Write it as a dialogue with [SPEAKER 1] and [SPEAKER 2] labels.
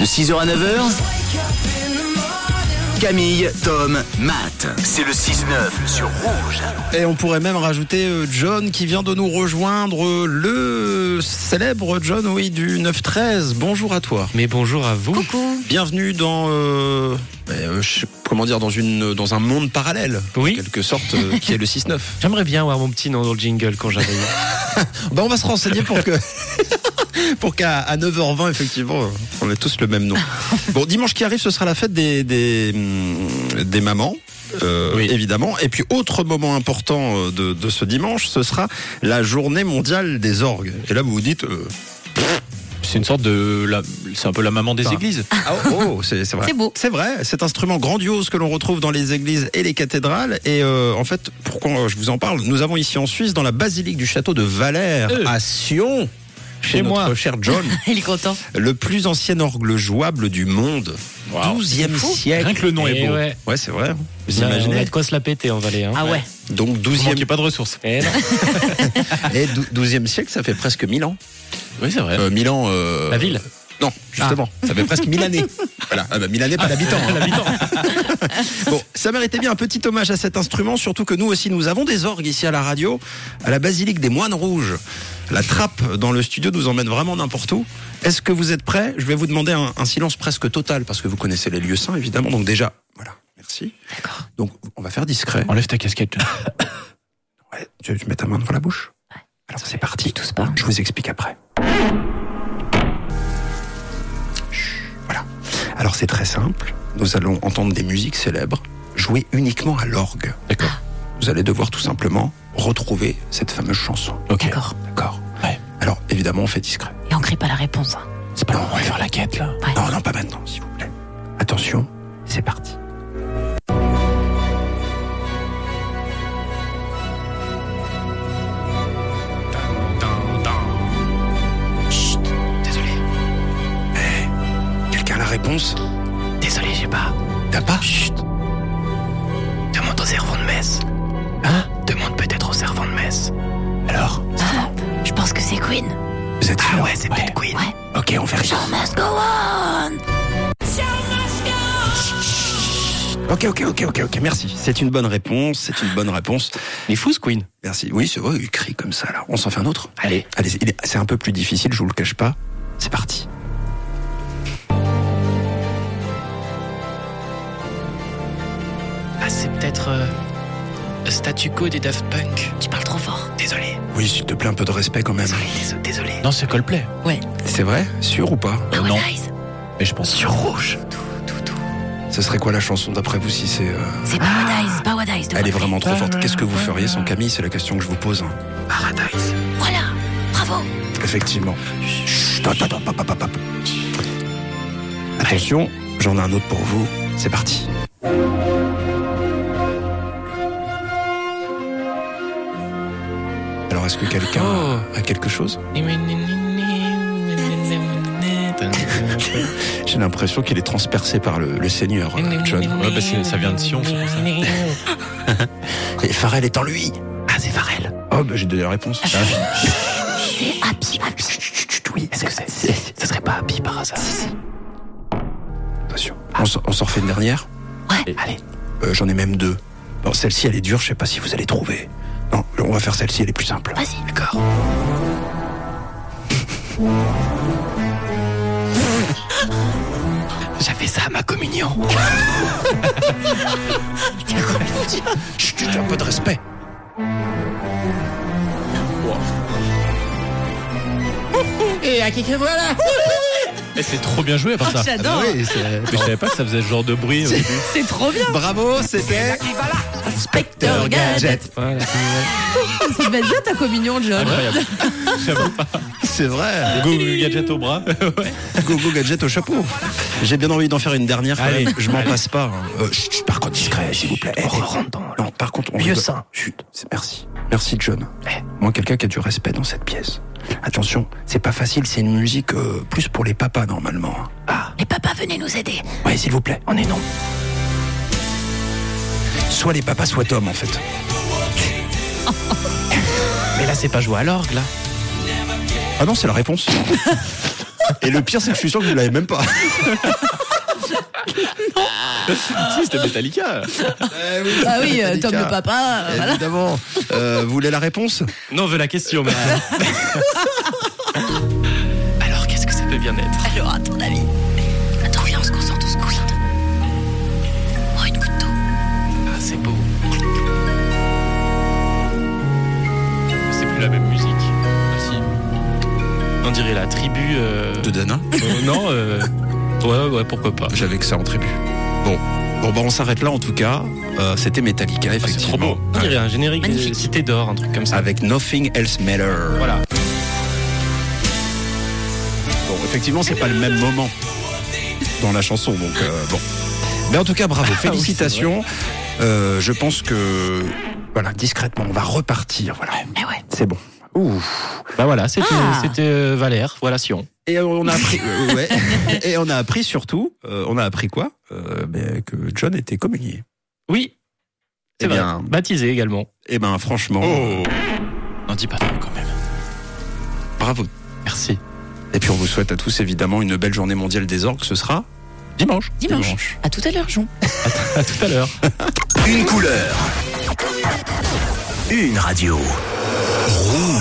[SPEAKER 1] De 6h à 9h Camille, Tom, Matt. C'est le 6-9 sur Rouge.
[SPEAKER 2] Et on pourrait même rajouter euh, John qui vient de nous rejoindre, euh, le célèbre John, oui, du 9-13. Bonjour à toi.
[SPEAKER 3] Mais bonjour à vous.
[SPEAKER 2] Bienvenue dans. euh, ben, euh, je sais- comment dire, dans, une, dans un monde parallèle,
[SPEAKER 3] Oui.
[SPEAKER 2] en quelque sorte, euh, qui est le 6-9.
[SPEAKER 3] J'aimerais bien avoir mon petit nom dans le jingle quand j'arrive.
[SPEAKER 2] Ben, on va se renseigner pour que. Pour qu'à à 9h20, effectivement, on ait tous le même nom. Bon, dimanche qui arrive, ce sera la fête des, des, hum, des mamans, euh,
[SPEAKER 3] Oui.
[SPEAKER 2] évidemment. Et puis, autre moment important euh, de, de ce dimanche, ce sera la journée mondiale des orgues. Et là, vous vous dites, euh,
[SPEAKER 4] C'est une sorte de. la- C'est un peu la maman des
[SPEAKER 2] Enfin,
[SPEAKER 4] églises.
[SPEAKER 2] Ah, oh, oh, c'est c'est vrai.
[SPEAKER 5] C'est beau.
[SPEAKER 2] C'est vrai. Cet instrument grandiose que l'on retrouve dans les églises et les cathédrales. Et euh, en fait, pourquoi euh, je vous en parle Nous avons ici en Suisse, dans la basilique du château de Valère,
[SPEAKER 3] Euh.
[SPEAKER 2] à Sion, chez
[SPEAKER 3] Chez moi.
[SPEAKER 2] notre cher John,
[SPEAKER 5] Il est content.
[SPEAKER 2] le plus ancien orgue jouable du monde. 12e siècle.
[SPEAKER 4] Rien que le nom est
[SPEAKER 3] Et
[SPEAKER 4] beau.
[SPEAKER 3] Eh ouais.
[SPEAKER 2] Ouais, c'est vrai. hein. Vous
[SPEAKER 3] Là, on a
[SPEAKER 2] imaginez
[SPEAKER 3] de quoi se la péter en Valais. Hein.
[SPEAKER 5] Ah ouais.
[SPEAKER 2] Donc,
[SPEAKER 4] Vous
[SPEAKER 2] 12e,
[SPEAKER 4] manquez pas de ressources.
[SPEAKER 3] Eh non.
[SPEAKER 2] et dou- 12e siècle, ça fait presque 1000 ans.
[SPEAKER 4] Oui, c'est vrai.
[SPEAKER 2] Euh, 1000 ans. euh,
[SPEAKER 3] La ville
[SPEAKER 2] Non, justement. Ça fait presque 1000 années. Voilà. Ah bah, 1000 années, pas d'habitants. hein.
[SPEAKER 3] L'habitant.
[SPEAKER 2] Bon, ça méritait bien un petit hommage à cet instrument, surtout que nous aussi nous avons des orgues ici à la radio, à la basilique des moines rouges. La trappe dans le studio nous emmène vraiment n'importe où. Est-ce que vous êtes prêts Je vais vous demander un, un silence presque total parce que vous connaissez les lieux saints évidemment. Donc déjà, voilà, merci.
[SPEAKER 5] D'accord.
[SPEAKER 2] Donc on va faire discret.
[SPEAKER 4] Enlève ta casquette.
[SPEAKER 2] Ouais, tu, tu mets ta main devant la bouche. Alors c'est parti.
[SPEAKER 5] tousse pas.
[SPEAKER 2] Je vous explique après. Chut, Voilà. Alors c'est très simple. Nous allons entendre des musiques célèbres jouées uniquement à l'orgue.
[SPEAKER 4] D'accord.
[SPEAKER 2] Vous allez devoir tout simplement retrouver cette fameuse chanson.
[SPEAKER 4] Ok.
[SPEAKER 5] D'accord.
[SPEAKER 2] D'accord
[SPEAKER 4] Ouais.
[SPEAKER 2] Alors évidemment on fait discret.
[SPEAKER 5] Et on crie pas la réponse. hein.
[SPEAKER 4] C'est pas le moment de faire la quête, là.
[SPEAKER 5] Ouais.
[SPEAKER 2] Non, non, pas maintenant, s'il vous plaît. Attention, c'est parti. Chut, désolé. Eh, quelqu'un a la réponse
[SPEAKER 3] Désolé, j'ai pas.
[SPEAKER 2] T'as pas
[SPEAKER 3] Demande au servant de messe.
[SPEAKER 2] Hein
[SPEAKER 3] Demande peut-être au servant de messe.
[SPEAKER 2] Alors
[SPEAKER 5] Ah, je pense que c'est Queen.
[SPEAKER 2] Vous êtes sûr
[SPEAKER 3] Ah c'est peut-être Queen.
[SPEAKER 5] Ouais.
[SPEAKER 2] Ok, on vérifie.
[SPEAKER 5] Must go on.
[SPEAKER 2] Ok, ok, ok, ok, ok, merci. C'est une bonne réponse, c'est une bonne réponse.
[SPEAKER 3] Les fous, Queen.
[SPEAKER 2] Merci. Oui, c'est vrai, il crie comme ça, là. On s'en fait un autre
[SPEAKER 3] Allez.
[SPEAKER 2] Allez, il est- c'est un peu plus difficile, je vous le cache pas. C'est parti.
[SPEAKER 3] Ah, c'est peut-être. euh, Statu quo des Daft Punk.
[SPEAKER 5] Tu parles trop fort.
[SPEAKER 3] Désolé.
[SPEAKER 2] Oui, s'il te plaît, un peu de respect quand même.
[SPEAKER 3] Désolé.
[SPEAKER 4] Non, c'est Coldplay.
[SPEAKER 2] C'est vrai Sûr ou pas
[SPEAKER 5] Our
[SPEAKER 4] non.
[SPEAKER 5] eyes.
[SPEAKER 4] Mais je pense. Sur rouge.
[SPEAKER 5] Tout, tout.
[SPEAKER 2] Ce serait quoi la chanson d'après vous si c'est... euh,
[SPEAKER 5] C'est Paradise. Paradise. De
[SPEAKER 2] Elle est
[SPEAKER 5] Coldplay.
[SPEAKER 2] vraiment trop forte. Qu'est-ce que vous feriez sans Camille C'est la question que je vous pose. hein.
[SPEAKER 3] Paradise.
[SPEAKER 5] Voilà. Bravo.
[SPEAKER 2] Effectivement. Chut, attends, attends, pop, pop, pop, pop. Attention, j'en ai un autre pour vous. C'est parti. Alors, est-ce que quelqu'un
[SPEAKER 3] Oh.
[SPEAKER 2] a quelque chose
[SPEAKER 3] Ouais,
[SPEAKER 2] J'ai l'impression qu'il est transpercé par le, le Seigneur, euh, John.
[SPEAKER 4] Ouais, bah, c'est- ça vient de Sion, c'est pour ça.
[SPEAKER 2] Et Pharrell est en lui.
[SPEAKER 3] Ah, c'est Farrell.
[SPEAKER 2] Oh, bah, j'ai donné la réponse.
[SPEAKER 5] C'est Happy. Happy.
[SPEAKER 3] Oui, est-ce que c'est. c'est- Ça serait pas Happy par hasard
[SPEAKER 2] Attention. On s'en- On s'en refait une dernière
[SPEAKER 5] Ouais.
[SPEAKER 3] Allez.
[SPEAKER 2] Euh, J'en ai même deux. Non, celle-ci, elle est dure, je sais pas si vous allez trouver. Non, on va faire celle-ci, elle est plus simple.
[SPEAKER 5] Vas-y.
[SPEAKER 3] D'accord. J'avais ça à ma communion.
[SPEAKER 2] Chut, chut, un peu de respect.
[SPEAKER 4] Mais Eh, c'est trop bien joué, à part ça. bah
[SPEAKER 5] J'adore.
[SPEAKER 4] Ah, Mais je savais pas que ça faisait ce genre de bruit. euh,
[SPEAKER 5] C'est trop bien.
[SPEAKER 2] Bravo, c'était.
[SPEAKER 5] Spectre Gadget.
[SPEAKER 3] Voilà.
[SPEAKER 5] C'est belle bien ta communion, John.
[SPEAKER 4] Incroyable.
[SPEAKER 2] C'est vrai.
[SPEAKER 4] Go, go, gadget au bras.
[SPEAKER 2] Go go gadget au chapeau. J'ai bien envie d'en faire une dernière. quand
[SPEAKER 4] Allez.
[SPEAKER 2] même. je m'en passe pas. hein. Euh, chut, chut, par contre, discret, s'il vous plaît. Eh, eh, non, par contre, on
[SPEAKER 3] Vieux
[SPEAKER 2] rigole.
[SPEAKER 3] saint.
[SPEAKER 2] Chut, c'est- merci. Merci, John.
[SPEAKER 3] Eh.
[SPEAKER 2] Moi, quelqu'un qui a du respect dans cette pièce. Attention, c'est pas facile, c'est une musique euh, plus pour les papas normalement. hein.
[SPEAKER 5] Les papas, venez nous aider.
[SPEAKER 2] Ouais, s'il vous plaît.
[SPEAKER 3] On est non.
[SPEAKER 2] Soit les papas, soit Tom en fait.
[SPEAKER 3] Mais là, c'est pas joué à l'orgue, là.
[SPEAKER 2] Ah non, c'est la réponse. Et le pire, c'est que je suis sûr que vous l'avez même pas.
[SPEAKER 4] si, c'était Metallica.
[SPEAKER 5] Ah oui, euh, Tom le papa. euh, voilà.
[SPEAKER 2] Évidemment. Euh, vous voulez la réponse
[SPEAKER 4] Non, on veut la question, mais.
[SPEAKER 3] Alors qu'est-ce que ça peut bien être
[SPEAKER 5] Alors, à ton avis.
[SPEAKER 6] Attends, viens, on se concentre, on se concentre. Oh, une goutte d'eau.
[SPEAKER 3] Ah, c'est beau. C'est plus la même musique. Ah, si. On dirait la tribu. euh,
[SPEAKER 2] De Dana
[SPEAKER 4] Euh, non, euh, ouais, ouais, pourquoi pas.
[SPEAKER 2] J'avais que ça en tribu. Bon. Bon, bah, on s'arrête là en tout cas. Euh, C'était Metallica,
[SPEAKER 4] Ah, c'est trop
[SPEAKER 2] effectivement.
[SPEAKER 4] beau.
[SPEAKER 3] On
[SPEAKER 2] Ouais.
[SPEAKER 3] dirait un générique de
[SPEAKER 5] Magnifique.
[SPEAKER 3] Cité d'or, un truc comme ça.
[SPEAKER 2] Avec Nothing Else Matter.
[SPEAKER 3] Voilà.
[SPEAKER 2] Bon, effectivement, c'est pas le même moment dans la chanson, donc euh, bon. Mais en tout cas, bravo, félicitations. Euh, je pense que voilà, discrètement, on va repartir. Voilà,
[SPEAKER 5] Eh ouais.
[SPEAKER 2] c'est bon. Ouh.
[SPEAKER 3] Bah voilà, c'était
[SPEAKER 5] Ah.
[SPEAKER 3] c'était, euh, Valère. Voilà Sion.
[SPEAKER 2] Et on a appris, euh, ouais. et on a appris surtout, euh, on a appris quoi Euh, ben, Que John était communié.
[SPEAKER 3] Oui.
[SPEAKER 2] Eh
[SPEAKER 3] C'est vrai.
[SPEAKER 2] bien.
[SPEAKER 3] Baptisé également.
[SPEAKER 2] Eh ben, franchement, euh,
[SPEAKER 4] N'en dis pas trop quand même.
[SPEAKER 2] bravo.
[SPEAKER 3] Merci.
[SPEAKER 2] Et puis on vous souhaite à tous évidemment une belle journée mondiale des orques. Ce sera dimanche.
[SPEAKER 5] Dimanche. À tout à l'heure, Jean.
[SPEAKER 3] À tout à l'heure.
[SPEAKER 1] Une couleur. Une radio. Rouge.